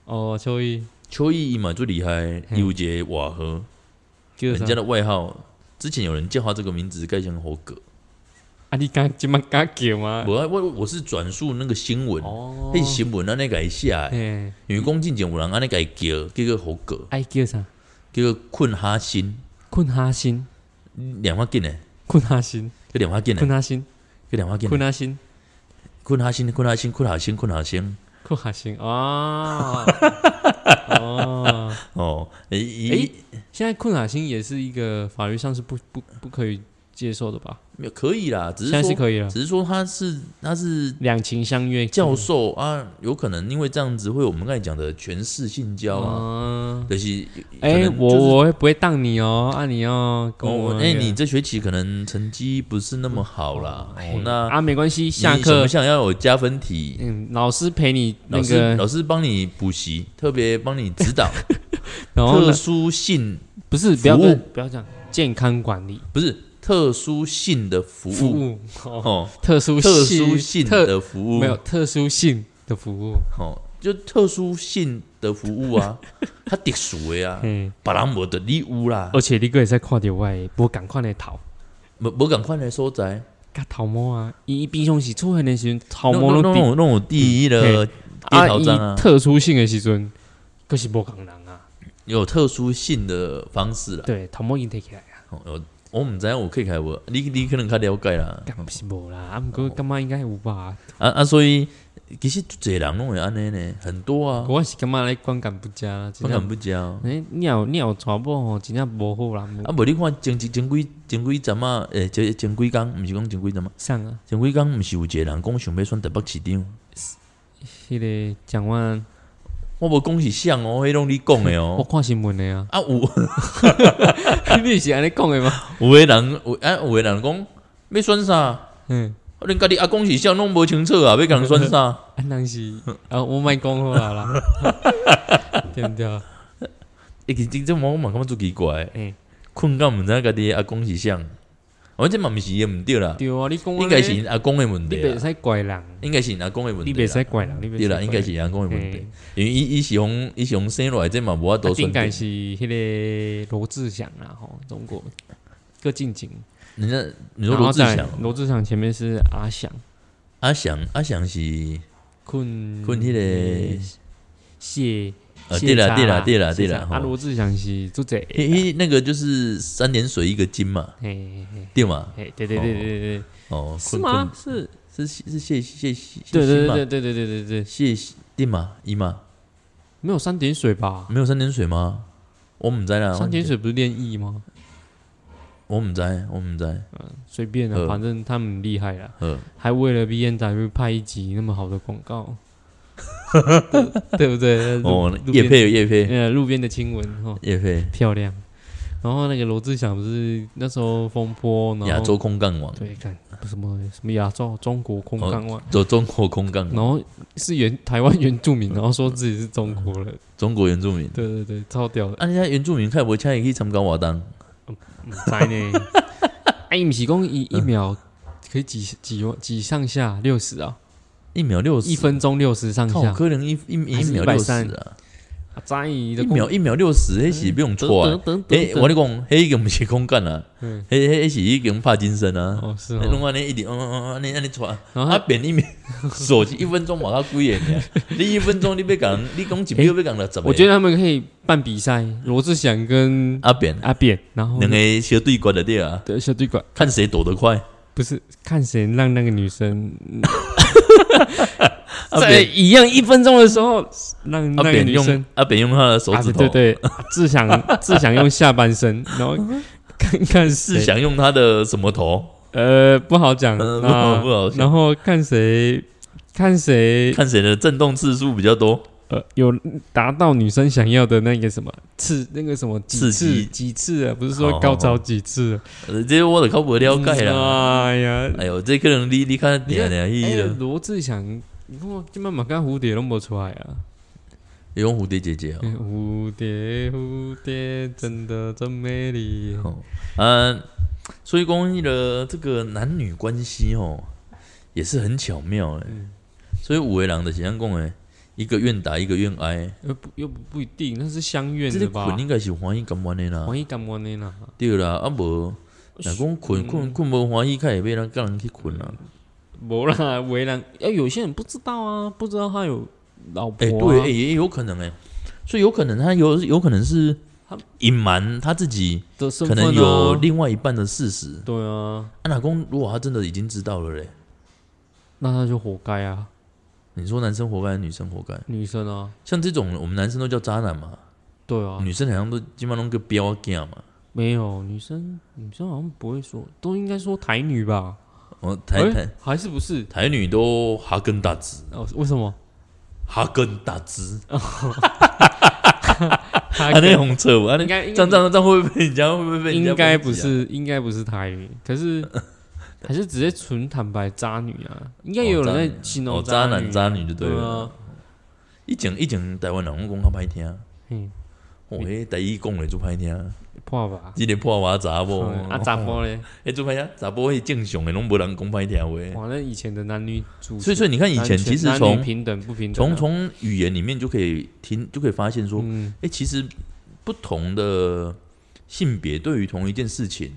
哦，秋意秋意伊嘛最厉害，嗯啊伊有一个瓦河，叫人啥家？的外号，之前有人叫他这个名字，盖成猴哥，啊，你敢今麦敢叫吗？我我我是转述那个新闻，哎哦那新闻安尼改写的，嘿，因为讲进前有人安尼改叫，叫做猴哥，爱叫啥？叫做困哈心，困哈心，两发劲呢，困哈心，叫两发劲呢困，哈心。叫两发劲呢困。阿星，困下心，困下心，困下心，困下心。困阿星 *laughs* 啊！哦，哦，诶、诶咦，现在困阿星也是一个法律上是不不不可以接受的吧？没有可以啦，只是现在是说，可以了，只是说他是他是两情相悦教授啊，有可能因为这样子会有我们刚才讲的权势性交啊，啊！就是哎，可能就是我我会不会当你哦？啊，你哦，跟我哦，哎、你这学期可能成绩不是那么好啦，哦，那啊，没关系，下你想课不想要有加分题？嗯，老师陪你那老师、个，老师帮你补习，特别帮你指导 *laughs* 然后特呢殊性不是不要服务不要这样，健康管理不是特殊性的服务服务哦，哦，特殊特殊性特的服务没有特殊性的服务，哦，就特殊性的服务 *laughs* 啊，它特殊的啊，嗯。别人无的你有啦，而且你个会使看到我的，无共款的头，无无共款的所在，甲头毛啊，伊平常时出现的时阵，头弄毛弄弄哦有拢低，弄嗯有第一的啊，低头章啊伊特殊性的时阵，可是无共人啊，有特殊性的方式啦。对，头毛已经摕起来啊，哦有我唔知道我可以开无，你你可能较了解啦。敢是无啦，哦啊，毋过感觉应该有吧，啊啊，所以其实足侪人拢会安尼呢，很多啊，我是感觉咧观感不佳啦，真不敢正，不交。啊，诶，你有你有娶某吼，真正无好啦，无无你看前几前几前几阵啊，诶，前前几工毋是讲前几阵啊，上啊，前几工毋是有一个人讲想要选台北市长。迄个蒋万安，我无讲是像哦，迄拢你讲的我哦。，看新闻的啊啊有 *laughs* 你是安尼讲的吗？有的人有啊有的人讲要选啥，啊嗯，恁家己阿公是像拢无清楚啊，要甲人选啥？ *laughs* 安当是啊，我莫讲好啦啦， *laughs* 对毋对？诶、其实这我嘛感觉足奇怪的，嗯困到毋知家己的阿公是像，我这嘛毋是伊毋对啦，对啊，你讲应该是安尼因阿公的问啊你题袂啦，使怪人。应该是因阿公的问你题袂啦。使怪人，你袂对啦，应该是因阿公的问题，因为伊伊是红伊是红生落来，这嘛无法我度啊应选择啊该。是迄个罗志祥啦吼，中国个近景，人家你说然罗后志在祥哦，罗志祥前面是阿翔，阿翔，阿翔是困困迄个谢，呃，谢对啦叉对啦啦对啦谢对啦，叉吼啊，罗志祥是做这，嘿嘿，那个就是三点水一个金嘛，嘿嘿对嘛？嘿，对对对对对对，哦，是困吗？？是，困是是谢谢谢谢对谢对嘛对对对对对对对，谢对嘛一嘛，没有三点水吧？没有三点水吗？我唔知啦，三点水不是练艺吗？我唔知，我唔知。随便啊，呃反正他们很厉害啦，呃，还为了 B N W 拍一集那么好的广 *laughs* 告，对对不对？路哦，路叶边佩叶佩呃路边的亲吻哈，叶佩，漂亮。然后那个罗志祥不是那时候风波，然亚后洲空杠王，对，看什么什么亚洲中国空港湾，走中国空杠然王，后是原台湾原住民，然后说自己是中国人，中国原住民。对对对，超屌的。啊，人家原住民看不请伊去参加活动，唔知呢， *laughs* 哎，唔是讲一一秒可以几几万几上下六十啊，一秒六十，一分钟六十上靠，下，可能一一还一是秒六十130啊，啊，在一一秒一秒六十，迄是不用错啊。等诶，我跟你讲，迄已经不是空干啊，嗯迄迄迄是已经帕金森啊。哦是那弄哦，安尼一点，嗯嗯嗯，安尼安尼错啊。然后啊，他变一秒，手机一分钟马上贵耶！你一分钟你别讲，你讲几秒别讲了，怎么？我觉得得他们可以办比赛，罗志祥跟啊变阿扁，然后两个小对决的对啊，对小对馆看谁躲得快。不是看谁让那个 *laughs* 女生阿在扁一样一分钟的时候让阿那个扁女生哦用。阿扁用他的手啊，指对头对，对，志祥 *laughs* 志祥用下半身，然后看看是谁嗯想用他的什么头？呃，不好讲，呃不那好不好讲然后看谁看谁看谁的震动次数比较多。呃有达到女生想要的那个什么次那个什么几刺次激几次啊？不是好说好高潮几次啊？呃，这我都靠不了解啦。嗯哎呀，哎呦，这可能你你看点了哎伊了，罗志祥，你看我今晚马刚蝴蝶都没出来啊！用蝴蝶姐姐哦哎蝴蝶蝴蝶真的真美丽。哦。嗯，所以公益的这个男女关系哦，也是很巧妙哎。嗯所以五维郎的形象讲诶，一个愿打一个愿挨，又不又不不一定，那是相怨这的个吧困？应该是欢喜感完的啦黄。一干完的啦，对啦，啊无，若讲困困困无欢喜，较会要人甲人去困啦。没啦，为难。哎，有些人不知道啊，不知道他有老婆、哎、啊。对，哎、也有可能哎、所以有可能他有有可能是他隐瞒他自己的身可份、啊、能有另外一半的事实。对啊，啊，老公，如果他真的已经知道了嘞，那他就活该啊，你说男生活该，还是女生活该？女生啊，像这种我们男生都叫渣男嘛，对啊，女生好像都基本上都个标杆嘛。没有女生，女生好像不会说，都应该说台女吧？哦，台哎台还是不是？台女都哈根达斯，哦，为 *laughs* 什么？哈根达斯，她啊，那红车，啊，那应该应这样该这样这样会不会被人家会不会被人家应该攻不击啊？是，应该不是台女，*laughs* 可是还是直接纯坦白渣女啊，应该也有哦渣女人在形哦，容渣女男渣女就对 *laughs* 对了啊。，以前以前台湾人我讲较歹听，嗯，哦，迄台语讲的就歹听，破吧。即个破娃查某，嗯啊，咋哦？播嘞？迄做歹听，查某迄正常的拢无人讲歹听话。哇，那以前的男女主，所以所以你看以前其实男女从平等不平等啊，从从语言里面就可以听就可以发现说，嗯哎，其实不同的性别对于同一件事情，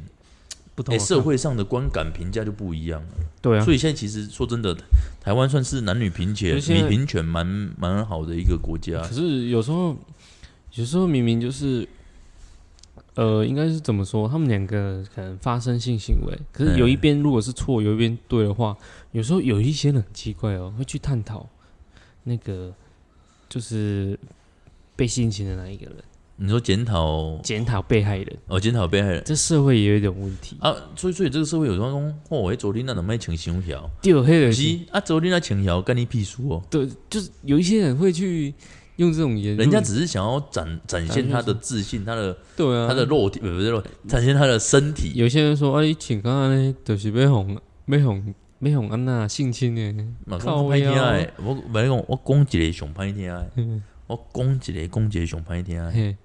不同哎，的社会上的观感评价就不一样了。对啊，所以现在其实说真的，台湾算是男女平权可是现在平权蛮蛮好的一个国家。可是有时候，有时候明明就是，呃，应该是怎么说？他们两个可能发生性行为，可是嗯有一边如果是错，有一边对的话，有时候有一些人很奇怪哦，会去探讨那个就是被性侵的那一个人，你说检讨检讨被害人，哦，检讨被害人这社会也有一点问题。啊，所以所以这个社会有时候讲，哦，哎，昨天那怎么会穿胸条？第二黑可人是啊，昨天那穿条干你屁事哦！对，就是有一些人会去用这种言论，人家只是想要展展现他的自信，他的对啊，他的肉体，不不是肉体，展现他的身体。有些人说，啊，你请刚刚呢，就是被哄，被哄，被哄安娜性侵呢。嘛，靠讲歹听腰的，我本来讲我讲一个上歹听 *laughs* 的，我讲一个讲一个上歹听的。嘿，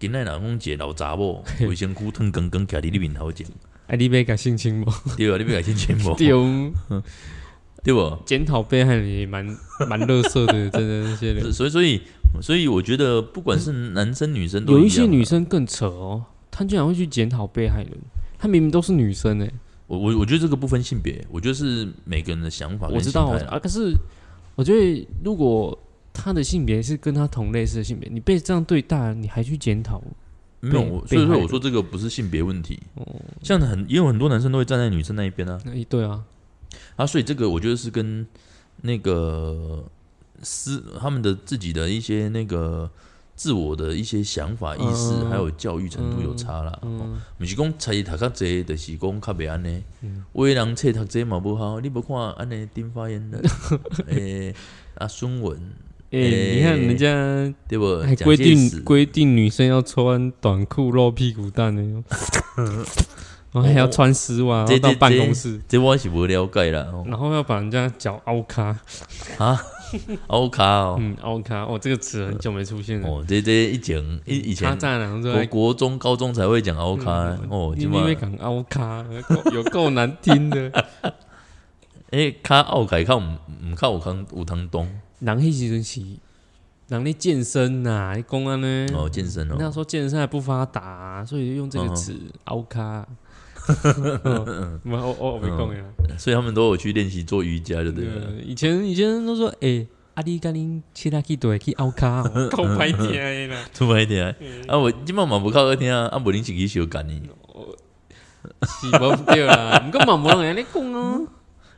今仔人讲一个老查 *laughs* 某，规身躯烫光光，徛伫你面头前，啊，你被甲性 *laughs* 侵无？对啊，你要改天见无？ *laughs* 对哦，对不？检讨被害人也蛮蛮乐色的，真的那些人。所以所以所以，我觉得不管是男生女生都 *laughs* 有一样些啊女生更扯哦，她居然会去检讨被害人，她明明都是女生哎、我我我觉得这个不分性别，我觉得是每个人的想法我跟知心道哦态啦。啊，可是我觉得如果她的性别是跟她同类似的性别，你被这样对待，你还去检讨，没有，被我被所以说害哦我的说这个不是性别问题。像很也有很多男生都会站在女生那一边啊，那一对啊，啊，所以这个我觉得是跟那个思他们的自己的一些那个自我的一些想法、意识，嗯还有教育程度有差啦。哦嗯，不是讲才读较济，就是讲较袂安尼。嗯为人册读济嘛不好，你不看安尼丁发言 *laughs* 人，诶、啊孙文哎、诶你看人家对不？还呃蒋哎规介定石规定女生要穿短裤露屁股 *laughs* 蛋呢、然后还要穿丝袜，然这后到这办公室，这我是无了解啦。哦然后要把人家脚凹咖，好卡哦，嗯，凹咖，哦，这个词很久没出现了。哦，这这以前以以嗯他前在然后国说国中、高中才会讲凹卡哦，你今因嘛为讲凹咖，够有够难听的。 *laughs* 诶，卡凹改靠唔唔靠有康有通东人迄时阵是，人咧健身呐、啊，公安呢，哦，嗯健身那哦，时候健身还不发达、啊所以就用这个词凹 *laughs* 咖。 *laughs* 没有我我我没讲呀。所以他们都有去练习做瑜伽，就对啊 *laughs* 了。对，以前以前都说，诶、阿弟跟恁其他去队去奥卡，哦 *laughs* 够歹听的啦。出卖一点嗯啊，我今嘛嘛不靠二天啊，啊，无恁是去修干呢？是无毋对啦，毋过嘛无人安尼讲啊。嗯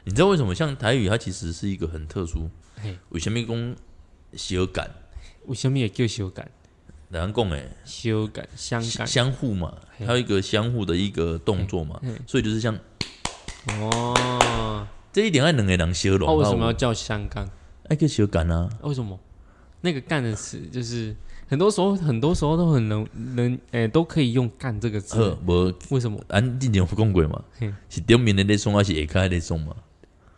你知道为什么像台语它其实是一个很特殊嘿，为什么讲修感？为什么会叫修改？人家讲诶，修改香港相互嘛，嘿它有一个相互的一个动作嘛嘿，所以就是像哦，这一点啊爱两个人啊修哦，容，为什么要叫香港？爱叫修感啊？为什么？那个“干”的词就是很多时候，很多时候都很能能诶、都可以用“干”这个呵词。，无为什么？俺之前有讲过嘛嘿，是顶面的在送还是下骹的在送嘛？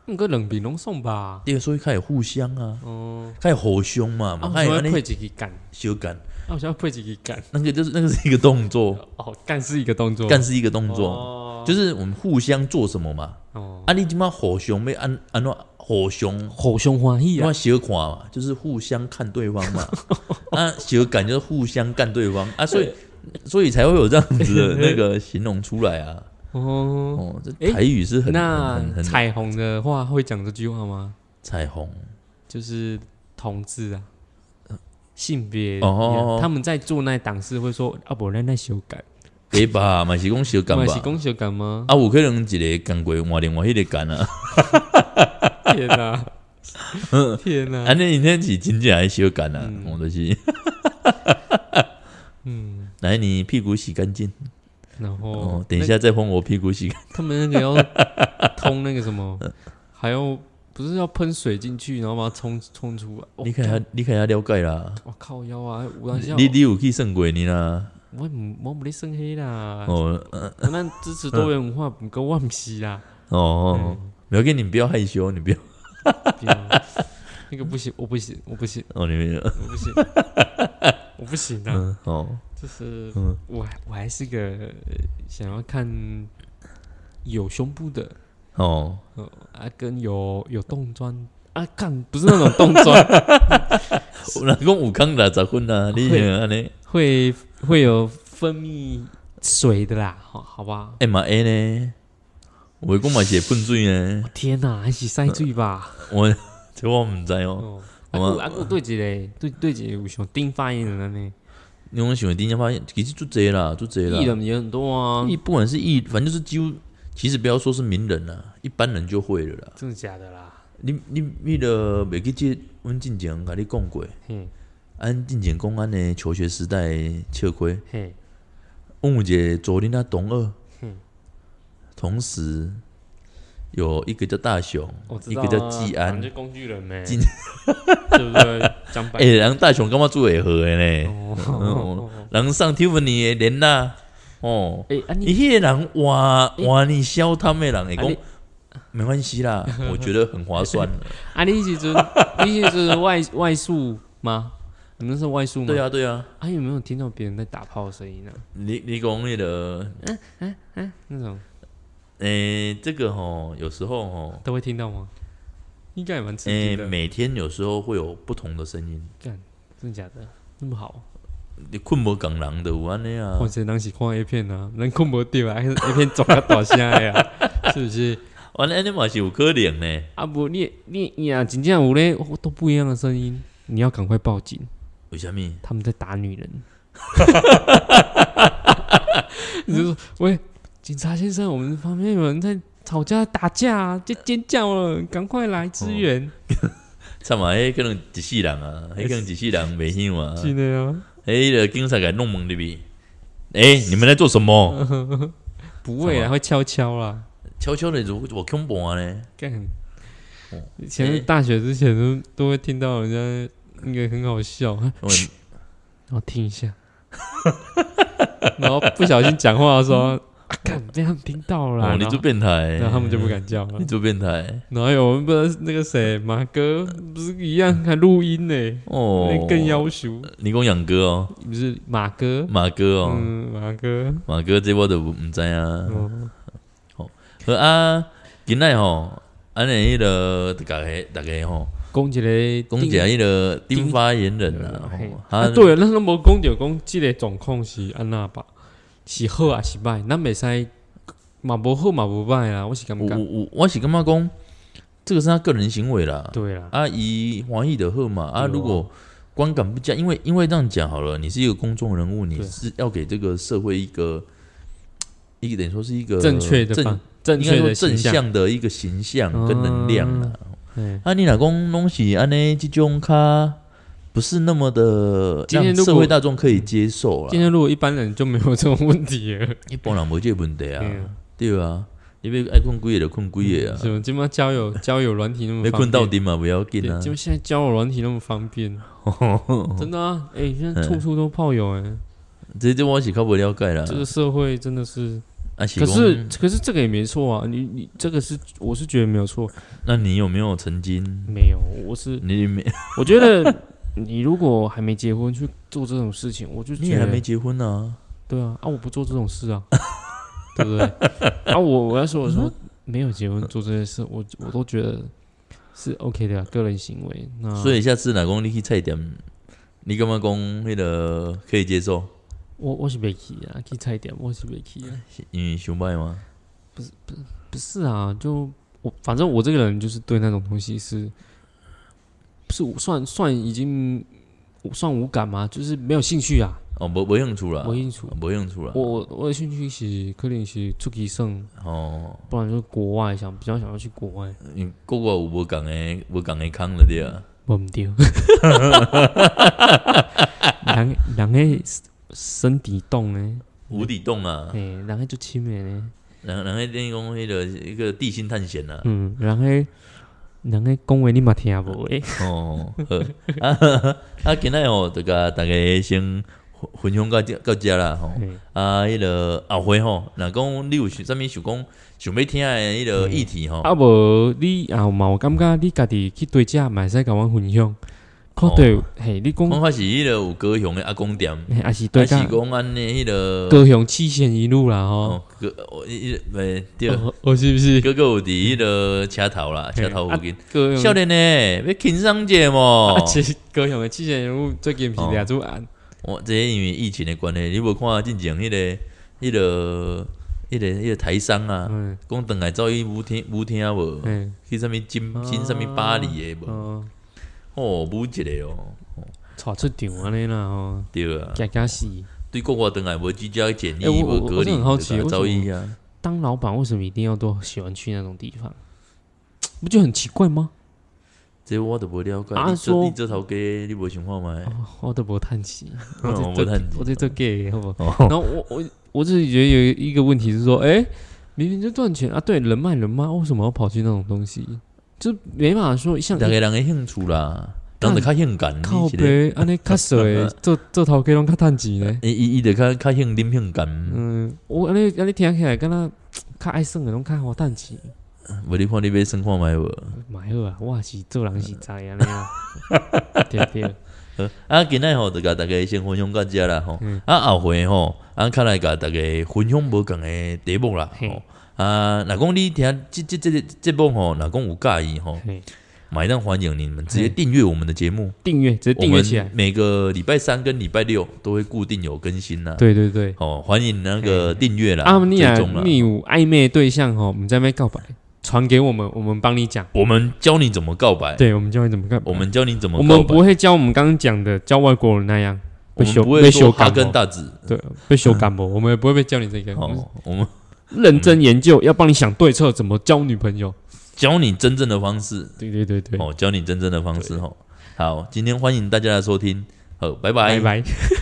毋过两边拢送吧。对，所以开始互相啊，哦，开始互相嘛，啊，嘛，开始为什么要哎安配尼一个“干修改，”？啊，为什么要配一个“干那个就是那个是一个动”？作，哦，“干”是一个动作。干是一个动作，哦就是我们互相做什么嘛。哦，啊，你今嘛互相要安安怎互相？互相欢喜啊我！小看嘛，就是互相看对方 *laughs* 嘛，啊，小感就是互相干对方啊，所以所以才会有这样子 *laughs* 的那个形容出来啊。哦，哦，这诶台语是很那很很很彩虹的话会讲这句话吗？彩虹就是同志啊，性别哦哦哦他们在做那档事会说啊，不然那修改，对吧？嘛是讲小感嘛是吧？讲修改吗？啊，有可能一个干过换另外一个干啊，*laughs* 天哪，天哪，安尼今天是真正还小干啊，我 *laughs* 就是，嗯，来你屁股洗干净然后哦，等一下再帮我屁股洗干那，他们那个要通那个什么， *laughs* 还要不是要喷水进去，然后把它冲冲出来？哦净，你看下你看下了解啦，我靠腰啊，有当下你你有去胜过你啦，我唔我唔咧生黑啦，哦呃咱支持多元文化，不过我唔是啦。哦嗯哦，没有跟你不要害羞，你不要 *laughs* 不要那个不行，我不行，我不行，哦，你没有我 *laughs* 不行，我不行啊！嗯哦，就是嗯我还我还是个呃想要看有胸部的哦，呃啊，跟有有动砖啊，看不是那种动 *laughs* 砖，我老公五康六十分啊，你会安尼，会会有分泌水的啦，好好吧？哎嘛 A 呢？我讲嘛是会喷水呢，天哪、还是塞嘴吧？我 *laughs* 这我唔知哦，哦，我啊古啊古对一个对对一个有想顶发言人呢，你讲想，顶天发现其实就这啦，就这艺啦，人也很多啊，艺不管是艺，反正就是几乎，其实不要说是名人啦，一般人就会了啦。真的假的啦？你你你了袂记这阮进前甲你讲过，嘿按进前讲安的求学时代笑亏。嘿，阮有一个左邻啊同二，嗯同时有一个叫大雄，我知一道、个啊，叫季安反正。就工具人呗、进对不对？讲 *laughs* 白哎、人家大雄干嘛做尾合的呢？ *laughs* 嗯哦，人上 Tiffany 的人呐、哦，哎、啊你你迄个人哇哇，你笑他们的人会啊讲你没关系 *laughs* 啦，我觉得很划算。啊你一直 *laughs* 你一直外外宿吗？你们是外宿吗？对。啊，对啊，啊，有没有听到别人在打炮的声音呢、你你讲那个，那种诶、这个吼，有时候吼，都会听到吗？应该也蛮刺诶、激的，每天有时候会有不同的声音。干、真的假的？那么好？你困无港人的有安尼啊或，者人是看 A 片啊，人看无对啊，还是 A 片总要大声的 *laughs* 啊，是不是？安尼安哦尼嘛是有可能呢。啊不，你你你啊，真正有咧都不一样的声音，你要赶快报警，为什么？他们在打女 *laughs* 人。你就说喂，警察先生，我们旁边有人在吵架打架、啊，在尖叫了，赶快来支援。惨嘛，迄可能一世人 *laughs* 啊，迄可能一世人袂响啊。真的啊，迄个警察给弄懵入去。诶、你们在做什 *laughs* 么？不会什啊，会悄悄啦。悄悄的，如我恐怖啊呢？干哦，以前大学之前都都会听到人家那个很好笑， *laughs* 然我后听一 *laughs* 下，然后不小心讲话的时候，啊，干被他们听到了哦，啦，你然后做变态，然后他们就不敢叫了你。做变态然后有不知道那个谁马哥不是一样还录音呢、哦那，更要求你讲养哥哦，不是马哥，马哥哦，嗯，马哥，马哥这我都毋知啊。嗯，好啊，今仔吼，安尼迄个逐个逐个吼，讲一个讲一下迄个丁丁发言人对啊，嘿吼啊，对，咱都无讲着讲，即个状况是安那吧？是好还是歹？咱袂使嘛无好嘛无歹啦，我是感我觉。我我是感觉讲，这个是他个人行为啦。对啦，啊，伊欢喜的喝嘛啊，对啊如果观感不佳，因为因为这样讲好了，你是一个公众人物，你对是要给这个社会一个一个等于说是一个正确的呃正方正应该确说的正形象，向的一个形象跟能量啦。嗯，啊，你老公拢是安尼这种卡，不是那么的今天让如果社会大众可以接受啊今啦。天如果一般人就没有这种问题了，一般人无这个问题啊嘿啊，嗯对啊，因为爱困几个就困几个啊什，么今麦交友交友软体那么要方困到便，底嘛不要紧对啊。就现在交友软体那么方便， *laughs* 真的啊，哎，现嗯在处处都炮友哎，这这我是较不了解啦。这个社会真的是，啊，是可是讲，可是这个也没错啊，你你这个是我是觉得没有错，那你有没有曾经没有，我是你没我觉得 *laughs* 你如果还没结婚去做这种事情，我就你觉也得还没结婚呢、对啊啊！我不做这种事啊， *laughs* 对不对？啊，我我要说我嗯说没有结婚做这些事，我我都觉得是 OK 的、啊、个人行为。那所以下次老公你去菜点，你干嘛讲那个可以接受？我我是没去啊，去差一点，我是没去啊。因为熊拜吗？不是啊，就我反正我这个人就是对那种东西是，不是我算算已经算无感嘛，就是没有兴趣啊，哦，没没兴趣啦，没兴趣。没啊兴趣啦。我我我的兴趣是可能是出去耍。哦，不然就是国外想比较想要去国外，你国外有无讲的，无讲的空了对啊。我唔对，人人诶身体动诶，无底洞啊，诶、人诶就亲诶呢，然然后等于讲迄个一个地心探险 *laughs* 啊。嗯，人诶人诶讲话你嘛听无诶，哦，好啊 *laughs* 啊，今仔吼，就甲大家先分分享到这到遮啦吼。嘿啊，迄个后悔吼，若讲你有想啥物想讲想要听的迄个议题吼，啊无你啊嘛，我感觉你家己去对遮嘛会使甲阮分享，看对哦嘿、你讲讲法是迄个有高雄的阿公店，嘿也是还对是甲讲安尼迄个高雄七贤一路啦吼，哦，个哦，迄个袂对，哦哦是不是？哥哥有伫迄个车头啦，车头附近，高 *laughs* 雄少年哦呢，要轻松者嘛 *laughs* 啊，。其实高雄诶七贤一路最近哦毋是掠住案，我哦这因为疫情的关系，你无看进前迄个迄个迄个迄个台商啊，嗯讲等来走去舞厅舞厅啊无，嗯，去啥物金金啥物巴黎的无，哦。哦，舞一个哦。带出场安尼啦吼，对啊，假假死。对国外等来无居家检疫，欸我无我隔我是离，很好奇对吧为什遭么遇啊。当老板为什么一定要都喜欢去那种地方？不就很奇怪吗？这我都不了解。啊你说这你这头家，你无想看吗？哦、我都不叹气，我哦在没这叹气我在这 gay 好不好？哦，然后我我我自己觉得有一个问题是说，哎、明明就赚钱啊，对，人脉人脉，为什么要跑去那种东西？就没办法说像大家人的兴趣啦，人就较性感，靠你一个，背安尼卡 *laughs* 少的，做做头家拢较趁钱呢。伊伊伊就较较性啉性感。嗯，我安尼安尼听起来，敢若较爱耍的拢较好趁钱。无你看你要生看卖无？买好啊，我也是做人是知安 *laughs* 尼啊，对对，好啊，今仔吼就甲大家先分享到遮啦吼嗯。啊，后回吼，啊，较来甲大家分享无共的题目啦嘿吼。啊，若讲你听即即即即节目吼，若讲有介意吼，嘿买单环影，你们直接嘿订阅我们的节目，订阅直接我订阅们起来。每个礼拜三跟礼拜六都会固定有更新啦。对对对，哦，欢迎那个订阅啦，阿姆尼追亚踪啦。你有暧昧对象哦，我们在那边告白，传给我们，我们帮你讲。我们教你怎么告白，对，我们教你怎么干。我们教你怎么我告们白，不会教我们刚刚讲的教外国人那样我被们修不会被说修哈感哦根冒，达子对，被修感冒，我们也不会被教你这个。我们嗯哦，我们认真研究，要帮你想对策，怎么交女朋友。教你真正的方式对对对对，哦哦，教你真正的方式哦。好，今天欢迎大家的收听，好，拜拜拜。拜。